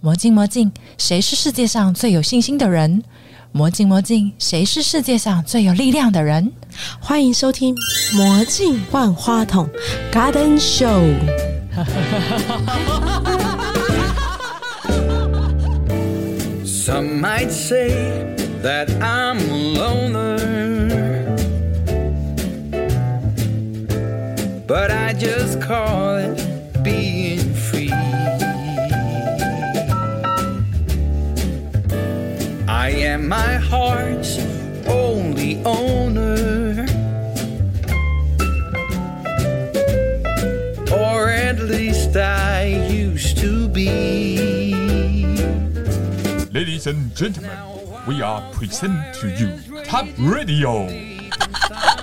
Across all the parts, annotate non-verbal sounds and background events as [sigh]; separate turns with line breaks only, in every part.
魔镜魔镜，谁是世界上最有信心的人？魔镜魔镜，谁是世界上最有力量的人？
欢迎收听《魔镜万花筒》Garden Show。
Some might say that I'm a loner, but I just call it being free. I am my heart's only owner, or at least I used to be.
Ladies and gentlemen, we are present to you Top Radio。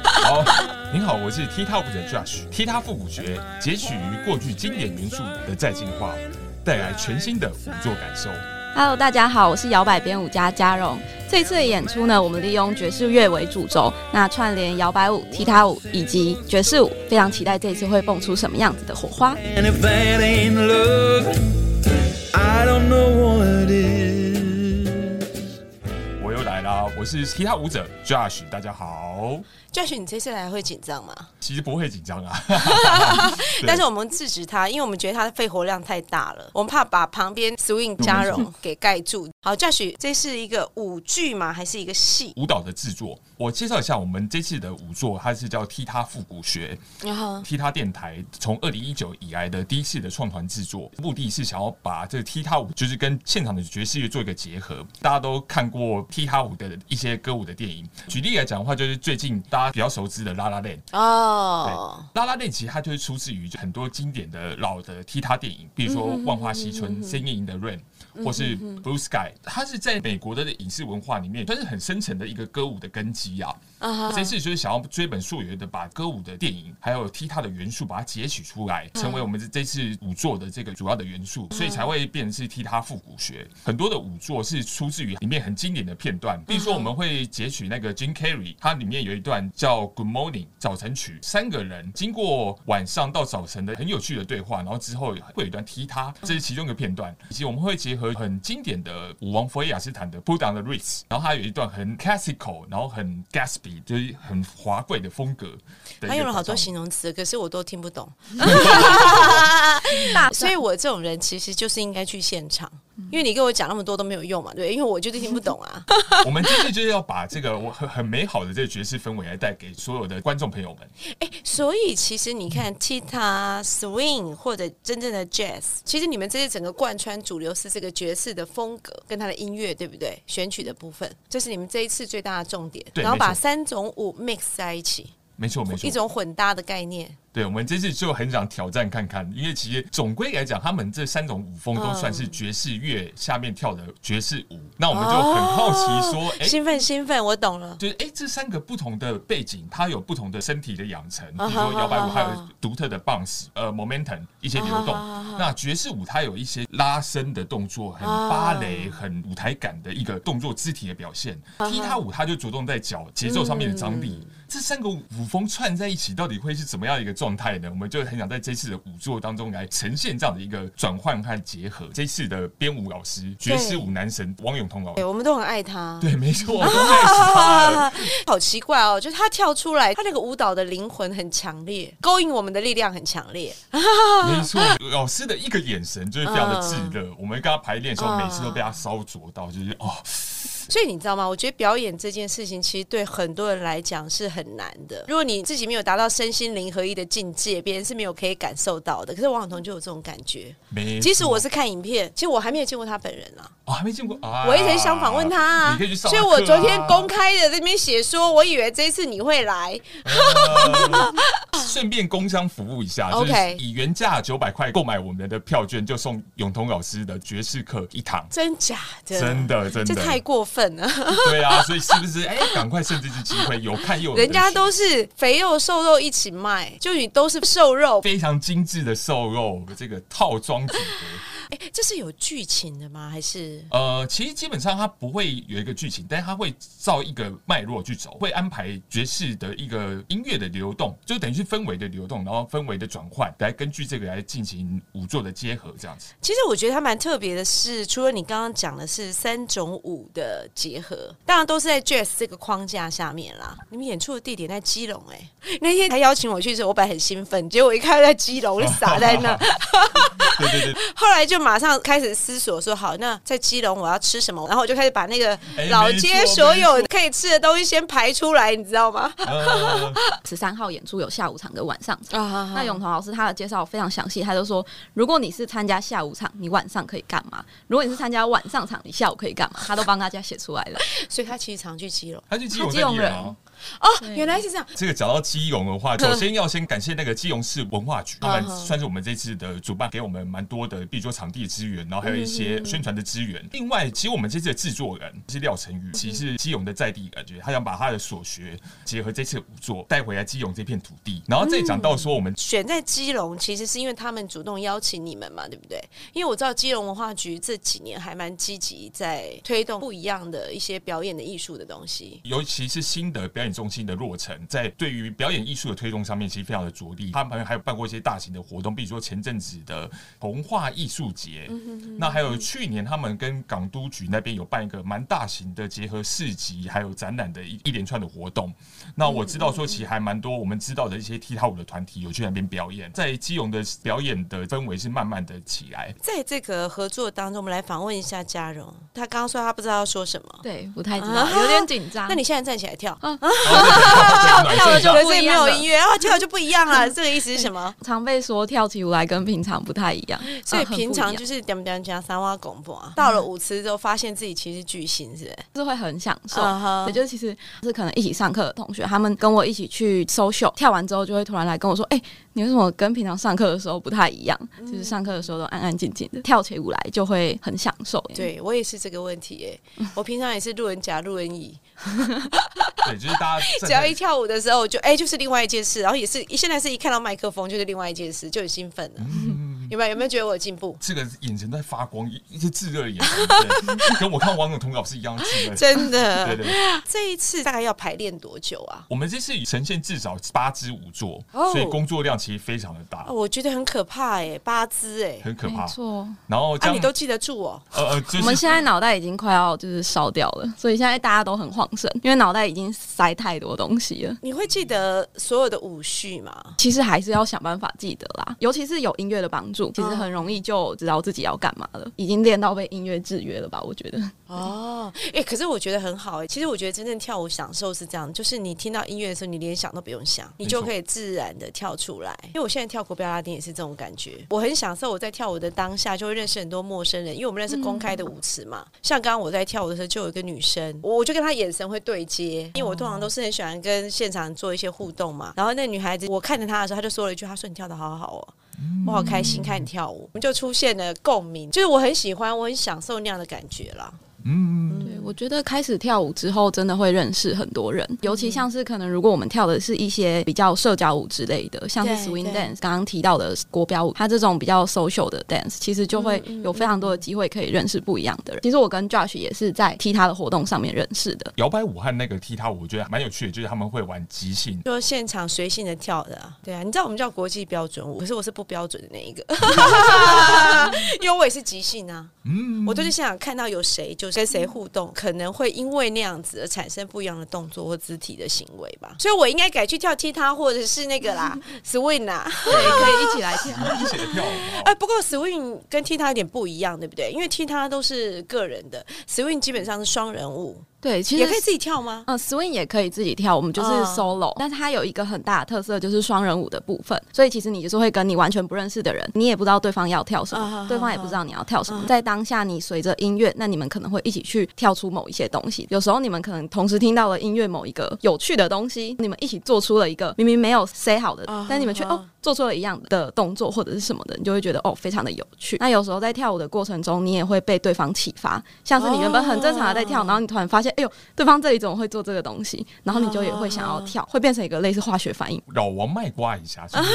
好，您好，我是 T Top 的 Josh。T Top 复古学截取于过去经典名著的再进化，带来全新的舞作感受。
Hello，大家好，我是摇摆编舞家嘉荣。这次的演出呢，我们利用爵士乐为主轴，那串联摇摆舞、踢踏舞以及爵士舞，非常期待这次会蹦出什么样子的火花。
And if that ain't love, I don't know what is.
我又来啦，我是 T Top 舞者 Josh，大家好。
Josh，你这次来会紧张吗？
其实不会紧张啊，对
但是我们制止他，因为我们觉得他的肺活量太大了，我们怕把旁边 swing 加绒给盖住。好，Josh，这是一个舞剧吗？还是一个戏？
舞蹈的制作，我介绍一下我们这次的舞作，它是叫踢踏复古学。
然后
踢踏电台从二零一九以来的第一次的创团制作，目的是想要把这个踢踏舞，就是跟现场的爵士乐做一个结合。大家都看过踢踏舞的一些歌舞的电影，举例来讲的话，就是最近大家比较熟知的《拉拉链》。对
哦，，
拉拉链其实它就是出自于很多经典的老的踢踏电影，比如说《万花西春》《深夜营的 Rain》或是《Blue Sky》，它是在美国的影视文化里面算是很深层的一个歌舞的根基啊。
啊
这次就是想要追本溯源的把歌舞的电影还有踢踏的元素把它截取出来，成为我们这次舞作的这个主要的元素，所以才会变成是踢踏复古学。很多的舞作是出自于里面很经典的片段，比如说我们会截取那个 Jim Carrey，它里面有一段叫 Good Morning 早晨曲，三个人经过晚上到早晨的很有趣的对话，然后之后会有一段踢踏，这是其中一个片段，以及我们会结合很经典的舞王佛耶亚斯坦的 Pull Down the Ritz，然后它有一段很 classical，然后很 Gatsby，就是很华贵的风格的一个早上。
他用了好多形容词，可是我都听不懂。所以，我这种人其实就是应该去现场，因为你跟我讲那么多都没有用嘛，对，因为我就是听不懂啊。
我们这次就是要把这个我很很美好的这个爵士氛围来带给所有的观众朋友们。
所以其实你看，Tita Swing 或者真正的 Jazz，其实你们这些整个贯穿主流是这个爵士的风格跟它的音乐，对不对？选曲的部分，这是你们这一次最大的重点。
对
然后把
没错
三种舞 mix 在一起，
没错，没错，
一种混搭的概念。
对，我们这次就很想挑战看看，因为其实总归来讲，他们这三种舞风都算是爵士乐下面跳的爵士舞。那我们就很好奇说，哎、
兴奋兴奋，我懂了。
就是哎、这三个不同的背景，它有不同的身体的养成，比
啊
如说
哈
摇摆舞
哈
还有
哈
独特的 bounce，呃，momentum 一些流动
啊哈哈。
那爵士舞它有一些拉伸的动作，很
啊
芭蕾、很舞台感的一个动作肢体的表现。
啊
踢踏舞它就着重在脚节奏上面的张力。
嗯
这三个舞风串在一起，到底会是怎么样的一个状态呢？我们就很想在这次的舞作当中来呈现这样的一个转换和结合。这次的编舞老师，爵士舞男神王永彤老
对，
师，
我们都很爱他。
对， [laughs] 没错，我都爱死他了。
[laughs] 好奇怪哦，就是他跳出来，他那个舞蹈的灵魂很强烈，勾引我们的力量很强烈。啊
没错，老师的一个眼神就是非常的炙
嗯
热。我们跟他排练的时候，每次都被他烧灼到，就是哦，
所以你知道吗？我觉得表演这件事情，其实对很多人来讲是很难的。如果你自己没有达到身心灵合一的境界，别人是没有可以感受到的。可是王晓彤就有这种感觉。
没错。
即使我是看影片，其实我还没有见过他本人啊，
哦还没见过啊，
我一直想访问他啊。
你可以去上
所
他
以
课啊。
我昨天公开的这边写说，我以为这一次你会来，
呃 [laughs] 顺便工商服务一下，就是
OK
以原价九百块购买我们的票券，就送永彤老师的爵士课一堂。
真假的？
真的，真
这太
的，
过分了。
[laughs] 对啊，所以是不是？哎，赶快趁这次机会，有看又有
人家
选
都是肥肉瘦肉一起卖，就你都是瘦肉。
非常精致的瘦肉，这个套装组合，
哎、这是有剧情的吗？还是
呃，其实基本上它不会有一个剧情，但是它会照一个脉络去走，会安排爵士的一个音乐的流动，就等于是氛围的流动，然后氛围的转换，来根据这个来进行舞作的结合，这样
[laughs]
子。
其实我觉得它蛮特别的是，除了你刚刚讲的是三种舞的结合，当然都是在 jazz 这个框架下面啦。你们演出的地点在基隆、哎，那天他邀请我去的时候，我本来很兴奋，结果我一看到在基隆，我就
[laughs]
傻在那。
对对对，
后来就马上开始思索说，好，那在基隆我要吃什么？然后我就开始把那个
哎
老
没错
街所有可以吃的东西先排出来，你知道吗？
呃，
十三号演出有下午场跟晚上场。
啊
那永彤老师他的介绍非常详细，他就说，如果你是参加下午场，你晚上可以干嘛？如果你是参加晚上场，你下午可以干嘛？他都帮大家写出来
[laughs]
了。
所以他其实常去基隆
他去基
他
隆
基
在
隆
演
人
啊。
哦，原来是这样。
这个讲到基隆的话，首先要先感谢那个基隆市文化局，他们
[laughs] 嗯哼
算是我们这次的主办，给我们蛮多的，比如说场地资源，然后还有一些宣传的资
嗯
源。另外，其实我们这次的制作人是廖成宇，其实是基隆的在地感觉，他想把他的所学结合这次的舞作带回来基隆这片土地。然后再讲
嗯
到说我们
选在基隆，其实是因为他们主动邀请你们嘛，对不对？因为我知道基隆文化局这几年还蛮积极在推动不一样的一些表演的艺术的东西。
尤其是新的表演中心的落成，在对于表演艺术的推动上面，其实非常的着力。他们还有办过一些大型的活动，比如说前阵子的红化艺术节，
嗯
那还有去年他们跟港都局那边有办一个蛮大型的结合市集还有展览的一一连串的活动。那我知道说，其实还蛮多我们知道的一些踢踏舞的团体有去那边表演，在基隆的表演的氛围是慢慢的起
[laughs]
来。
在这个合作当中，我们来访问一下嘉荣，他刚刚说他不知道要说什么，
对，不太知道，
啊 [laughs]
有点紧张。
那你现在站起来跳，
跳
跳了就
可
哦不
是
一
没
样
有
了嗯
音乐啊，跳就不一样了，这个意思是什么？
常被说跳起舞来跟平常不太一样，
所以
啊很
平
不一
常
样嗯
就是点点加三蛙拱不啊，到了舞池之后发现自己其实巨星，是不是？
是会很享受。
嗯哼
也就是其实是可能一起上课的同学，他们跟我一起去 social 跳完之后，就会突然来跟我说：“哎、你为什么跟平常上课的时候不太一样？就是上课的时候都安安静静的，跳起舞来就会很享受。”，
对我也是这个问题耶、
嗯
我平常也是路人甲、路人乙，
对，就是大家 [laughs] 站在
只要一跳舞的时候，我就哎、就是另外一件事，然后也是现在是一看到麦克风就是另外一件事，就很兴奋了。有没有有没有觉得我有进步？
这个眼神在发光，一一些炙热的眼神，对跟我看王永彤老师一样炙热。
真
对
的，
对，
这一次大概要排练多久啊？
我们这次呈现至少八支舞作，
哦
所以工作量其实非常的大
哦，，我觉得很可怕哎、八支哎、
很可
没
怕。
错。
然后这
啊，
样
你都记得住哦？
呃呃，啊就
我们
是
现在脑袋已经快要就是烧掉了，所以现在大家都很晃神，因为脑袋已经塞太多东西了。
你会记得所有的舞序吗？
其实还是要想办法记得啦，尤其是有音乐的帮助，其实很容易就知道自己要干嘛了，已经练到被音乐制约了吧？我觉得。
哦，哎、可是我觉得很好哎、其实我觉得真正跳舞享受是这样，就是你听到音乐的时候，你连想都不用想，你就
没错
可以自然的跳出来。因为我现在跳国标拉丁也是这种感觉，我很享受我在跳舞的当下，就会认识很多陌生人，因为我们认识公开的舞池嘛。
嗯
像刚刚我在跳舞的时候，就有一个女生，我我就跟她眼神会对接，因为我通常都是很喜欢跟现场做一些互动嘛。然后那女孩子，我看着她的时候，她就说了一句：“她说你跳的好好哦。”
嗯
我好开心看你跳舞，我们就出现了共鸣，就是我很喜欢，我很享受那样的感觉啦。
嗯，
对，我觉得开始跳舞之后，真的会认识很多人，尤其像是可能如果我们跳的是一些比较社交舞之类的，像是
对
swing
对
dance，刚刚提到的国标舞，它这种比较 social 的 dance，其实就会有非常多的机会可以认识不一样的人。其实我跟 Josh 也是在踢他的活动上面认识的，
摇摆舞和那个踢踏舞，我觉得蛮有趣的，就是他们会玩即兴。
就现场随性的跳的、啊，对啊，你知道我们叫国际标准舞，可是我是不标准的那一个， [laughs] 因为我也是即兴啊，
嗯，
我都是现场看到有谁就跟谁互动，可能会因为那样子而产生不一样的动作或肢体的行为吧，所以我应该改去跳踢踏或者是那个啦
[laughs]
swing 啊，
[laughs] 对，可以一起来跳。
一起来跳舞哦
哎，不过 swing 跟踢踏有点不一样，对不对？因为踢踏都是个人的，swing 基本上是双人舞，
[laughs] 对，其实
也可以自己跳吗？ [laughs]
嗯，swing 也可以自己跳，我们就是
嗯
solo，、但是它有一个很大的特色就是双人舞的部分，所以其实你就是会跟你完全不认识的人，你也不知道对方要跳什么，
嗯
对方也不知道你要跳什么。在当下，你随着音乐，那你们可能会一起去跳出某一些东西。有时候你们可能同时听到了音乐某一个有趣的东西，你们一起做出了一个明明没有 say 好的，
嗯
但你们却
嗯
哦做错了一样的动作或者是什么的，你就会觉得哦，非常的有趣。那有时候在跳舞的过程中，你也会被对方启发，像是你原本很正常的在跳，然后你突然发现，哎呦，对方这里怎么会做这个东西？然后你就也会想要
嗯
跳，会变成一个类似化学反应。
老王卖瓜一下，是不是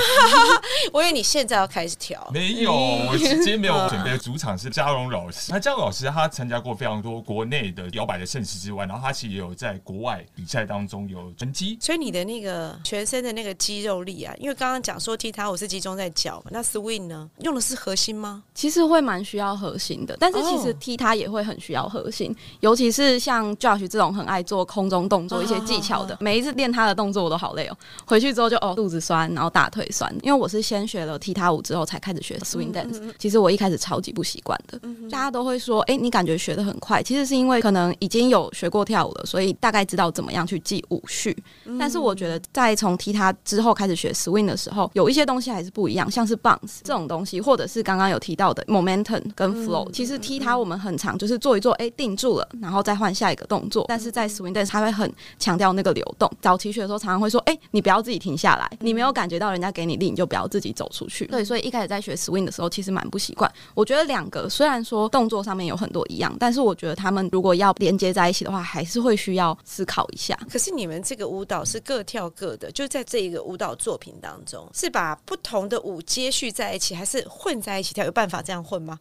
我以为你现在要开始跳，
没有，
嗯
我今天没有准备。主场是嘉荣老师，那嘉荣老师他参加过非常多国内的摇摆的盛事之外，然后他其实也有在国外比赛当中有成绩。
所以你的那个全身的那个肌肉力啊，因为刚刚讲说踢踏我是集中在脚嘛，那 swing 呢，用的是核心吗？
其实会蛮需要核心的，但是其实
哦
踢它也会很需要核心，尤其是像 Josh 这种很爱做空中动作、一些技巧的，每一次练他的动作我都好累哦。回去之后就哦肚子酸，然后大腿酸，因为我是先学了踢踏舞之后才开始学 swing dance，、其实我一开始超级不习惯的。大家都会说，哎、你感觉学的很快，其实是因为可能已经有学过跳舞了，所以大概知道怎么样去记舞序。但是我觉得在从踢踏之后开始学 swing 的时候，有一些东西还是不一样，像是 bounce 这种东西，或者是刚刚有提到的 momentum 跟 flow。其实踢踏我们很常就是做一做，哎、定住了，然后再换下一个动作。但是在 swing dance 它会很强调那个流动。早期学的时候常常会说，哎、你不要自己停下来，你没有感觉到人家给你力，你就不要自己走出去。嗯对，所以一开始在学 swing 的时候，其实蛮不习惯。我觉得两个虽然说动作上面有很多一样，但是我觉得他们如果要连接在一起的话，还是会需要思考一下。
可是你们这个舞蹈是各跳各的，就在这一个舞蹈作品当中，是把不同的舞接续在一起，还是混在一起跳？有办法这样混吗？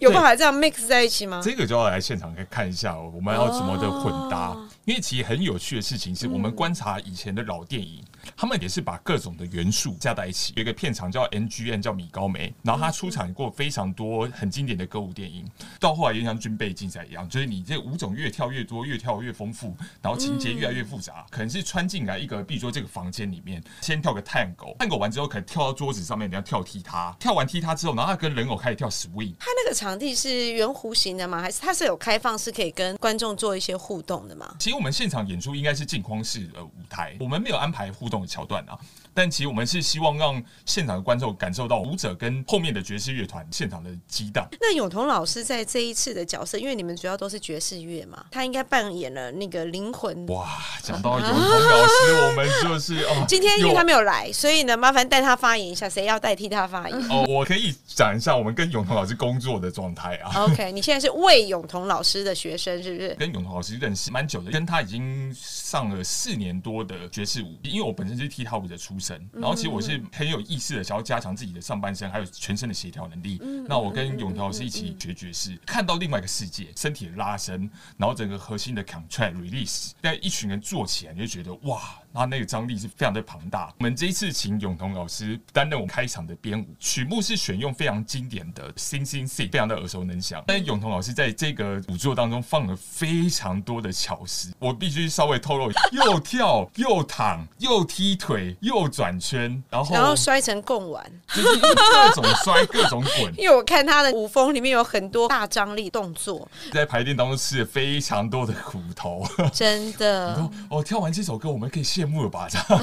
有办法这样 mix 在一起吗？
这个就要来现场看一下哦我们要怎么的混搭，因为其实很有趣的事情是我们观察以前的老电影，他们也是把各种的元素加在一起。有一个片场叫 NGN，叫米高梅，然后他出产过非常多很经典的歌舞电影，到后来就像军备竞赛一样，就是你这舞种越跳越多，越跳越丰富，然后情节越来越复杂，可能是穿进来一个，比如说这个房间里面，先跳个探狗，探狗完之后可能跳到桌子上面，然后跳踢踏，跳完踢踏之后，然后他跟人偶开始跳 swing。
它那个场地是圆弧形的吗？还是它是有开放，是可以跟观众做一些互动的吗？
其实我们现场演出应该是镜框式的舞台，我们没有安排互动的桥段啊。但其实我们是希望让现场的观众感受到舞者跟后面的爵士乐团现场的激荡。
那永彤老师在这一次的角色，因为你们主要都是爵士乐嘛，他应该扮演了那个灵魂。
哇，讲到永彤老师，我们就是哦，
今天因为
有
他没有来，所以呢，麻烦带他发言一下，谁要代替他发
[laughs]
言
哦，我可以讲一下我们跟永彤老师工作的状态啊。
？OK，你现在是魏永彤老师的学生是不是？
跟永彤老师认识蛮久的，跟他已经上了四年多的爵士舞，因为我本身是踢踏舞的出身，然后其实我是很有意识的想要加强自己的上半身还有全身的协调能力。那我跟永彤老师一起学爵士，看到另外一个世界，身体的拉伸，然后整个核心的 contract release，在一群人做起来，你就觉得哇，他那个张力是非常的庞大。我们这一次请永彤老师担任我们开场的编舞，曲目是选用非常经典的《Sing Sing Sing》，非常的耳熟能详。但是永彤老师在这个舞作当中放了非常多的巧思，我必须稍微透露：又跳又躺又踢腿又转圈，然后
然后摔成贡丸，
就是各种摔各种
[laughs]
滚。
因为我看他的舞风里面有很多大张力动
[laughs]
作，
在排练当中吃了非常多的苦头。 [laughs]
真的
哦，哦，跳完这首歌我们可以谢幕了吧？这样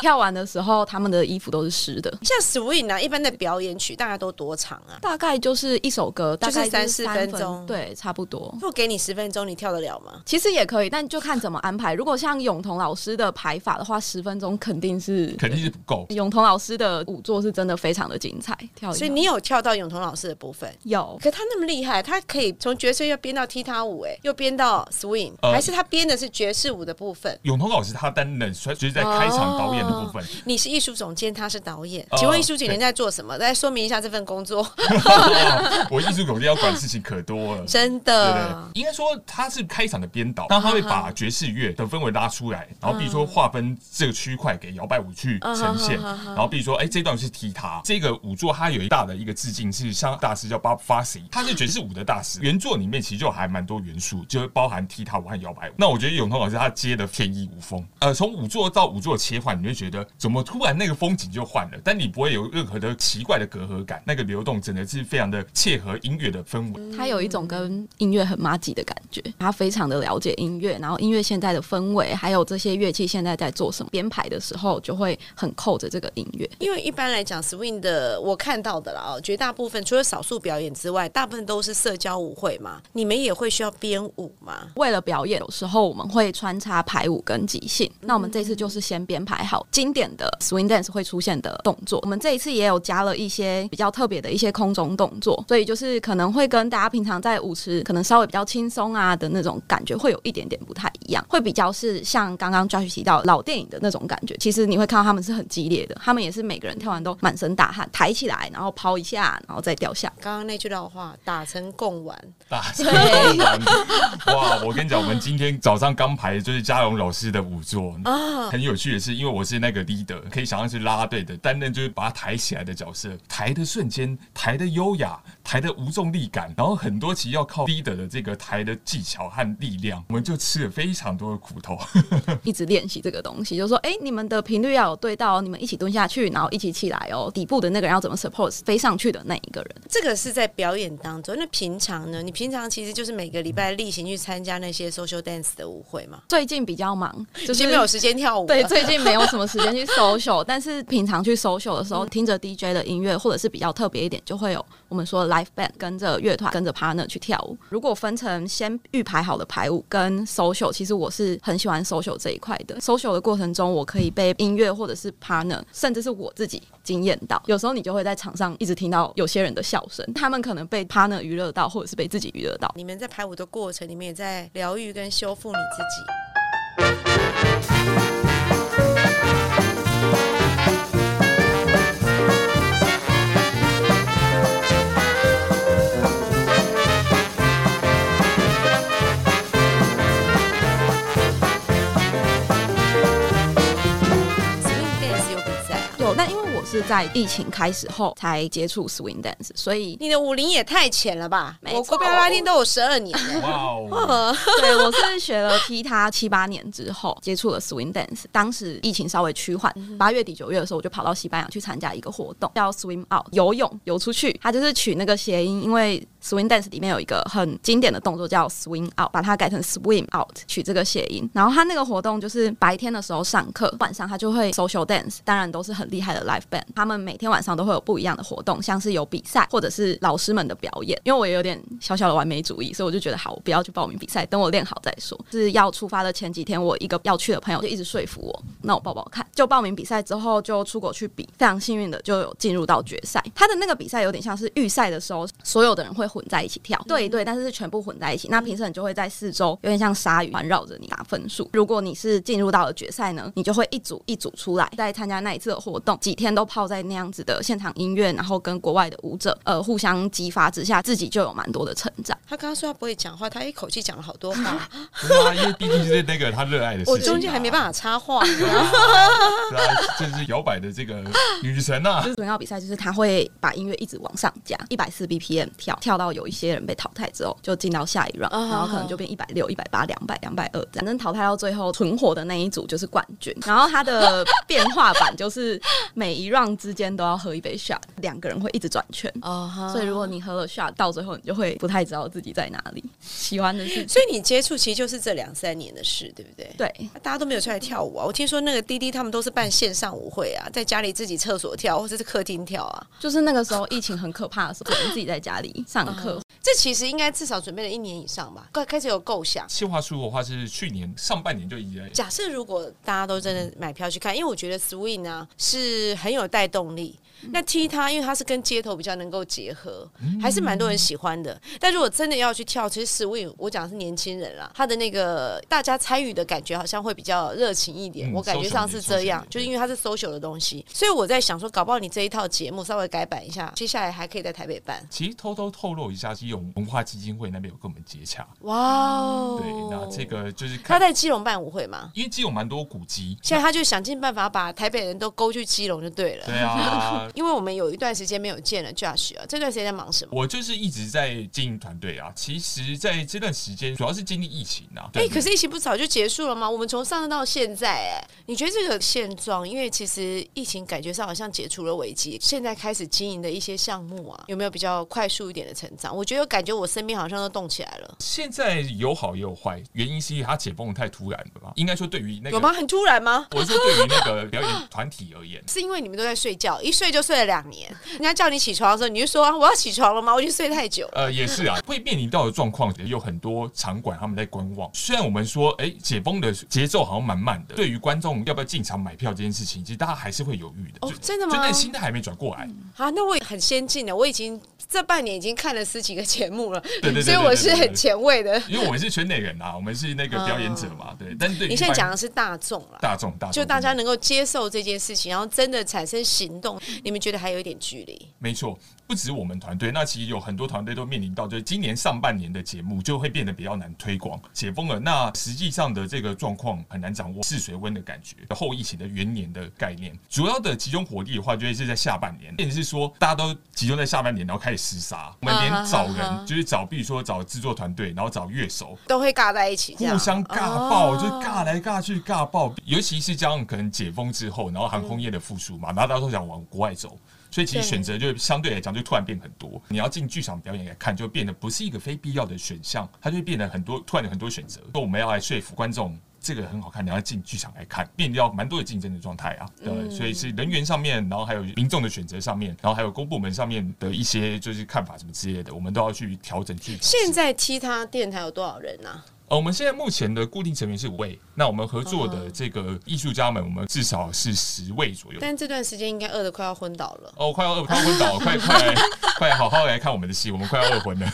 跳完的时候，他们的衣服都是湿的，
像 swing 啊，一般的表演曲大概都多长啊？
大概就是一首歌，大概
三四
四
分钟
对，差不多。
如果给你十分钟，你跳得了吗？
其实也可以，但就看怎么安排。如果像永彤老师的排法的话，十分钟肯定是
肯定是不够。
永彤老师的舞作是真的非常的精彩，跳一跳
所以你有嗯跳到永彤老师的部分。
有
可他那么厉害，他可以从爵士乐编到踢踏舞、哎，又编到 swing，、
呃
还是他编的是爵士舞的部分？
永彤老师他担任所以就是在开场导演的部分，
你是艺术总监，他是导演，
哦
请问艺术总监在做什么？来说明一下这份
[laughs]
工作，
我艺术总监要管事情可多了。
真
对
的嗯
对，应该说他是开场的编导，但他会把爵士乐的氛围拉出来，然后比如说划分这个区块给摇摆舞去呈现，
嗯
然后比如说哎这段是踢踏，这个舞作它有一大的一个致敬是像大师叫 Bob Fosse，他是爵士舞的大师，原作里面其实就还蛮多元素，就会包含踢踏舞和摇摆舞。那我觉得永通老师他接的天衣无缝，呃，从舞作到舞作切换，你会觉得怎么突然那个风景就换了，但你不会有任何的奇怪的隔阂感，那个流动真的是非常的切合音乐的氛围。
他有一种跟音乐很妈吉的感觉，他非常的了解音乐，然后音乐现在的氛围，还有这些乐器现在在做什么，编排的时候就会很扣着这个音乐。
因为一般来讲，swing 的我看到的啦，哦，绝大部分除了少数表演之外，大部分都是社交舞会嘛。你们也会需要编舞吗？
为了表演，有时候我们会穿插排舞跟即兴，那我们这次就是先编排好经典的 swing dance 会出现的动作，我们这一次也有加了一些比较特别的一些空中动作，所以就是可能会跟大家平常在舞池可能稍微比较轻松啊的那种感觉会有一点点不太一样，会比较是像刚刚 Josh 提到老电影的那种感觉。其实你会看到他们是很激烈的，他们也是每个人跳完都满身大汗，抬起来，然后抛一下，然后再掉下。
刚刚那句老话，打成共玩，
大声地玩哇！我跟你讲，我们今天早上刚排的就是嘉荣老师的舞作啊，很有趣的是，因为我是那个 leader，可以想象是啦啦队的，担任就是把他抬起来的角色，抬的瞬间，抬的优雅，抬的无重力感，然后很多其实要靠 leader 的这个抬的技巧和力量，我们就吃了非常多的苦头。
一直练习这个东西，就说哎、诶你们的频率要有对到哦，你们一起蹲下去，然后一起起来哦。底部的那个人要怎么 support 飞上去的那一个人？
这个是在表演当中。那平常呢？你平常其实就是每个礼拜例行去参加那些 social dance 的舞会嘛，
最近比较忙，就
已
是
经没有时间跳舞了。啊
对，最近没有什么时间去 social，但 [laughs] 是平常去 social 的时候，听着 DJ 的音乐，或者是比较特别一点，就会有我们说的 live band 跟着乐团、跟着 partner 去跳舞。如果分成先预排好的排舞跟 social，其实我是很喜欢 social 这一块的。social 的过程中，我可以被音乐或者是 partner，甚至是我自己惊艳到。有时候你就会在场上一直听到有些人的笑声，他们可能被 partner 娱乐到，或者是被自己娱乐到。
你们在排舞的过程，你们也在疗愈跟修复你自己。Swing dance 有比赛啊？
有，但因为我是在疫情开始后才接触 swing dance，所以
你的舞龄也太浅了吧！
没
我
错
国标拉丁都有十二年了。
哇哦！
[laughs] 对，我是学了踢踏七八年之后接触了 swing dance，当时疫情稍微趋缓，八月底九月的时候，我就跑到西班牙去参加一个活动，叫 swim out，游泳游出去，它就是取那个谐音，因为 swing dance 里面有一个很经典的动作叫 swing out，把它改成 swim out，取这个谐音。然后它那个活动就是白天的时候上课，晚上它就会 social dance，当然都是很厉害的 live band，他们每天晚上都会有不一样的活动，像是有比赛或者是老师们的表演。因为我也有点小小的完美主义，所以我就觉得好，我不要去报名比赛，等我练好再说。是要出发的前几天，我一个要去的朋友就一直说服我，那我报报看。就报名比赛之后，就出国去比，非常幸运的就有进入到决赛。他的那个比赛有点像是预赛的时候，所有的人会混在一起跳，对一对，但是是全部混在一起。那评审就会在四周有点像鲨鱼环绕着你打分数。如果你是进入到了决赛呢，你就会一组一组出来，再参加那一次的活动，几天都泡在那样子的现场音乐，然后跟国外的舞者呃互相激发之下，自己就有蛮多的成长。
他刚刚说他不会讲话，他一口气讲了好多话，
对啊，因为毕竟是那个他热爱的事情啊。
我中间还没 [laughs] 办法插话。
对啊。对啊，这是摇摆的这个女神啊！
就是主要比赛，就是他会把音乐一直往上加，一百四 BPM 跳，跳到有一些人被淘汰之后，就进到下一 round，、
啊
然后可能就变一百六、一百八、两百、两百二，反正淘汰到最后存活的那一组就是冠军。然后它
[laughs]
的变化版就是每一 round 之间都要喝一杯 shot，两个人会一直转圈。
哦哈
所以如果你喝了 shot，到最后你就会不太知道自己在哪里。喜欢的是，
所以你接触其实就是这两三年的事，对不对？
对，
啊大家都没有出来跳舞啊！我听说那个滴滴他们都是办线上舞会啊，在家里自己厕所跳，或者是客厅跳啊。
就是那个时候疫情很可怕的时候，只能自己在家里上课
这其实应该至少准备了一年以上吧，开开始有构想。
计划书的话是去年上半年就已经
假设如果大家都真的买票去看，因为我觉得 swing 啊是很有带动力。那踢它，因为它是跟街头比较能够结合，还是蛮多人喜欢的。但如果真的要去跳，其实 swing 我讲的是年轻人啦，他的那个大家参与的感觉好像会比较热情一点。
嗯
我感觉
social
上是这样
也，
就是因为它是 social 的东西，所以我在想说，搞不好你这一套节目稍微改版一下，接下来还可以在台北办。
其实偷偷透露一下，基隆文化基金会那边有跟我们接洽。
哇哦！
对，那这个就是
他
看，
在基隆办舞会嘛，
因为基隆蛮多古迹。
现在他就想尽办法把台北人都勾去基隆就对了。
对
[laughs]，
啊
因为我们有一段时间没有见了 Josh 啊，这段时间在忙什么？
我就是一直在经营团队啊。其实，在这段时间主要是经历疫情啊。
哎、
对
可是疫情不早就结束了吗？我们从上任到现在、哎，你觉得这个现状？因为其实疫情感觉上好像解除了危机，现在开始经营的一些项目啊，有没有比较快速一点的成长？我觉得感觉我身边好像都动起来了，
现在有好也有坏，原因是因为它解封得太突然了吧？应该说对于那
有吗？
个，
很突然吗？，
我是说对于那个表演团体而言
是因为你们都在睡觉，一睡就就睡了两年。人家叫你起床的时候，你就说、啊我要起床了吗？我已经睡太久了。
呃，也是啊， [laughs] 会面临到的状况也有很多场馆他们在观望。虽然我们说，哎、解封的节奏好像蛮慢的，对于观众要不要进场买票这件事情，其实大家还是会犹豫的。
哦
就
真的
就
吗
那心态还没转过来。
啊，那我也很先进的，我已经这半年已经看了十几个节目了，
对对对对
所以我是
对对
很
对
前卫的。
因为我们是圈内人啊，我们是那个表演者嘛，对。但是对于
嗯你现在
一般
讲的是大众了，
大众，大众
就大家能够接受这件事情，然后真的产生行动，你们觉得还有一点距离？
没错，不止我们团队，那其实有很多团队都面临到，就是今年上半年的节目就会变得比较难推广，解封了，那实际上的这个状况很难掌握试水温的感觉，后疫情的元年的概念，主要的集中火力的话，就会是在下半年，变成是说大家都集中在下半年，然后开始厮杀，我们连找人，
啊哈哈
就是找，比如说找制作团队，然后找乐手，
都会尬在一起，这样
互相尬爆，
哦
就是尬来尬去，尬爆。尤其是这样，可能解封之后，然后航空业的复苏嘛，然后大家都想往国外走，所以其实
对
选择就相对来讲就突然变很多。你要进剧场表演来看，就变得不是一个非必要的选项，它就会变得很多，突然有很多选择。所以我们要来说服观众。这个很好看，你要进剧场来看，变掉蛮多的竞争的状态啊，对，
嗯
所以是人员上面，然后还有民众的选择上面，然后还有公部门上面的一些就是看法什么之类的，我们都要去调整剧场。
现在踢他电台有多少人啊？
呃，我们现在目前的固定成员是五位，那我们合作
哦
的这个艺术家们，我们至少是十位左右。
但这段时间应该饿得快要昏倒了。
哦，快要饿，快要昏倒了，快快快，好好来看我们的戏，我们快要饿昏了。。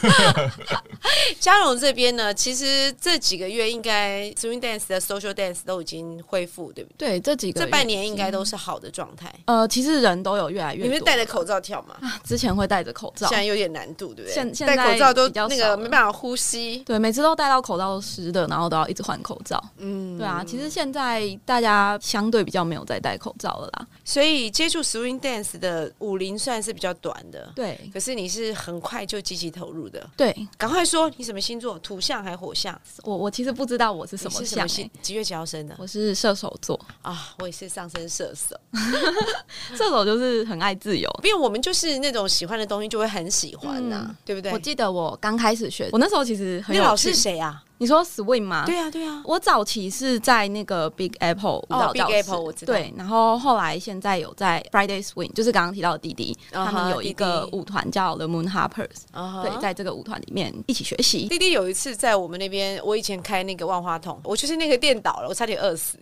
嘉荣这边呢，其实这几个月应该 swing dance 的 social dance 都已经恢复，对不对？
对，这几个
这
月
半年应该都是好的状态。
呃，其实人都有越来越
你
多。
们戴着口罩跳
[laughs]
吗？
之前会戴着口罩
现，在有点难度，对不
现
对？
现
戴
在
口罩都
比较
那
少
个
了
没办法呼吸。
对，每次都戴到口罩都湿的，然后都要一直换口罩。
嗯
对啊，其实现在大家相对比较没有再戴口罩了啦。
所以接触 swing dance 的舞龄算是比较短的，
对
可是你是很快就积极投入的。
对，
赶快说，你什么星座？土象还火象？
我我其实不知道我是什
你
么
是什
像、
么
欸
星，？几月几号生的？
我是射手座， [laughs]
啊，我也是上升射手，
射手就是很爱自由。
因为我们就是那种喜欢的东西就会很喜欢呐、
嗯
对不对？
我记得我刚开始学，我那时候其实很
那
有
老
趣
师是谁啊？
你说 swing 吗？
对啊，对啊，
我早期是在那个 Big Apple 舞蹈教室、
Big Apple，我知道
对，然后后来现在有在 Friday Swing，就是刚刚提到的弟弟
啊哈
他们有一个
弟弟
舞团叫 The Moon Harpers，、
啊
对，在这个舞团里面一起学习。
弟弟有一次在我们那边，我以前开那个万花筒，我就是那个店倒了，我差点饿
[laughs]
死。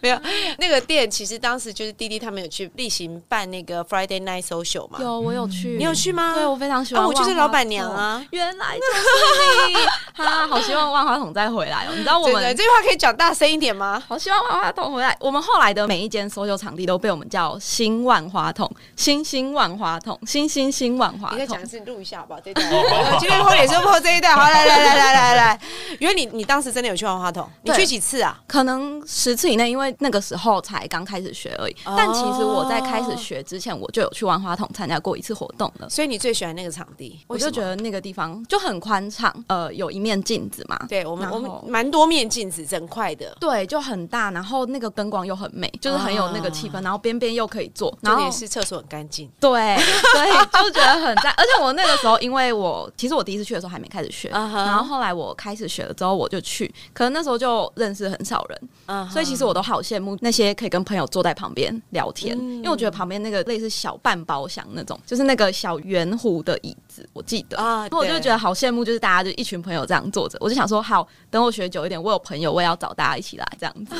没有，那个店其实当时就是弟弟他们有去例行办那个 Friday Night Social 嘛，
有，我有去，
你有去吗？
对我非常喜欢、
啊我就是老板娘啊。
原来就是
[laughs]
你，哈，好希望万花筒再回来哦。你知道我
真的，
们
这句话可以讲大声一点吗？
好希望万花筒回来。我们后来的每一间搜救场地都被我们叫新万花筒、新新万花筒、新新新万花
你再讲
筒
一。次，录一下吧，这一段。我今天后脸说破这一段，好，来来来来来来，因为你你当时真的有去万花筒，你
对
去几次啊？
可能十次以内，因为那个时候才刚开始学而已。
哦
但其实我在开始学之前，我就有去万花筒参加过一次活动了。
所以你最喜欢那个场地，
我就觉
得。
得那个地方就很宽敞，呃，有一面镜子嘛，
对我们，
然
我
后
们蛮多面镜子，整块的，
对，就很大，然后那个灯光又很美，就是很有那个
啊
气氛，然后边边又可以坐，然
重
后
点是厕所很干净。
对， [laughs] 所以就觉得很赞。而且我那个时候，因为我其实我第一次去的时候还没开始学
啊哈
然后后来我开始学了之后，我就去，可能那时候就认识很少人
嗯哼
所以其实我都好羡慕那些可以跟朋友坐在旁边聊天，
嗯
因为我觉得旁边那个类似小半包厢那种，就是那个小圆弧的椅子，我记得
啊
然后我就
对
觉得好羡慕，就是大家就一群朋友这样坐着，我就想说，好，等我学久一点，我有朋友，我也要找大家一起来这样子，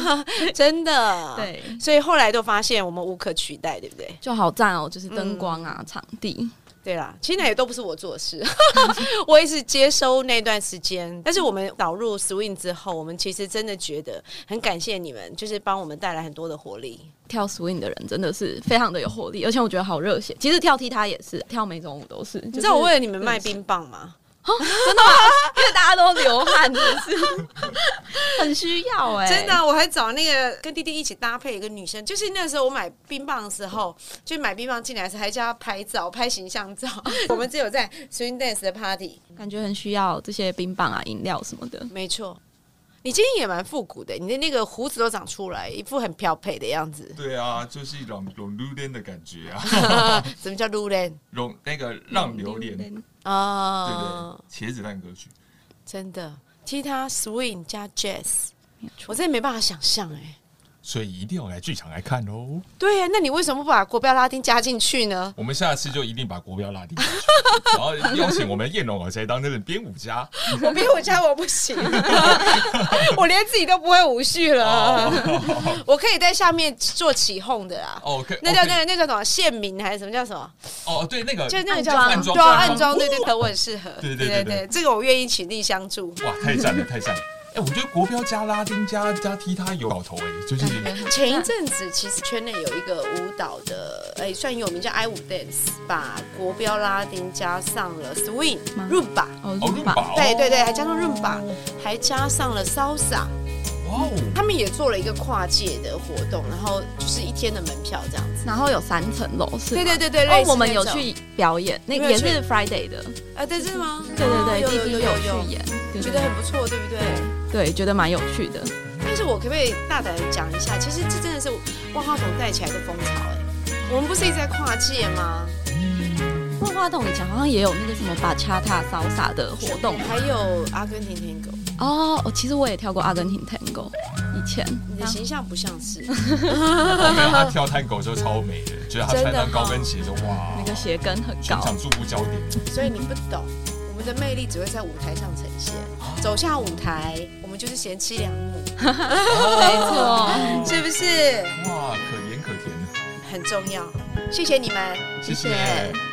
真的。，
嗯对。
所以后来都发现我们无可取代，对不对？
就好赞哦，就是灯光
嗯
啊、场地，
对啦，其实那也都不是我做的事， [laughs] 我也是接收那段时间。但是我们导入 swing 之后，我们其实真的觉得很感谢你们，就是帮我们带来很多的活力。
跳 swing 的人真的是非常的有活力，而且我觉得好热血。其实跳踢踏也是，跳每种舞都是。
你知道我为了你们
就是
卖冰棒吗？
[laughs] 因为大家都流汗，真的是 [laughs] 很需要哎、
真的啊、我还找那个跟弟弟一起搭配一个女生，就是那时候我买冰棒的时候，就买冰棒进来的时候还叫她拍照，拍形象照。我们只有在 swing dance 的 party，
感觉很需要这些冰棒啊、饮料什么的。
没错。你今天也蛮复古的，你的那个胡子都长出来，一副很漂配的样子
[laughs] 对啊，就是一种种榴莲的感觉啊，
什么叫 l u l n
融那个让榴莲，对
啊？
对，茄子蛋歌曲。
真的，踢踏 swing 加 jazz，我真的没办法想象哎、
所以一定要来剧场来看哦。
对啊呀、那你为什么不把国标拉丁加进去呢？
我们下次就一定把国标拉低，然后邀请我们燕龙老师来当那个编舞家。
[laughs] 我编舞家我不 [laughs] 行，我连自己都不会舞序了。我可以在下面做起哄的啦。
哦，可
那叫那
哦
个那叫什么？县民还是什么叫什么？
可以哦，对，那个
就是那个叫
暗
什么
装
对啊，
暗
呃暗
装
装，对对对，我很适合。
对对
对
对对
这个我愿意倾力相助。
哇，太赞了，太赞了！哎、我觉得国标加拉丁加加踢踏有搞头哎、就是
[laughs] 前一阵子，其实圈内有一个舞蹈的，哎、算有名叫 I 舞 dance，把国标拉丁加上了 swing、
吗
rumba，
哦
哦，润吧，
对对对，还加上 rumba，还加上了 salsa，
哇哦，
他们也做了一个跨界的活动，然后就是一天的门票这样子。
然后有三层楼是吗？
对对对对类
哦，
似
我们
那
有
种
去表演，那
有
个
没
也
有去
是 Friday 的，
啊，对，真的吗？
对对
哦
对，弟弟
有有有有
去
有，
演，对
觉
对
得很不错，对不对？
对，觉得蛮有趣的。
但是我可不可以大胆的讲一下，其实这真的是万花筒带起来的风潮哎、我们不是一直在跨界吗？
万花筒以前好像也有那个什么把恰塔骚洒的活动
还有阿根廷 Tango，
哦，哦其实我也跳过阿根廷 Tango，以前
你的形象不像 [laughs] 是，
我看哦他跳探狗就超美的，觉得他穿上高跟鞋就哇，
那个鞋跟很
全
高，
场注目焦点。
所以你不懂，我们的魅力只会在舞台上呈现。走下舞台，我们就是贤妻良母，
没错，
是不是
哇，可甜可甜，
很重要？谢谢你们，
谢谢。
谢谢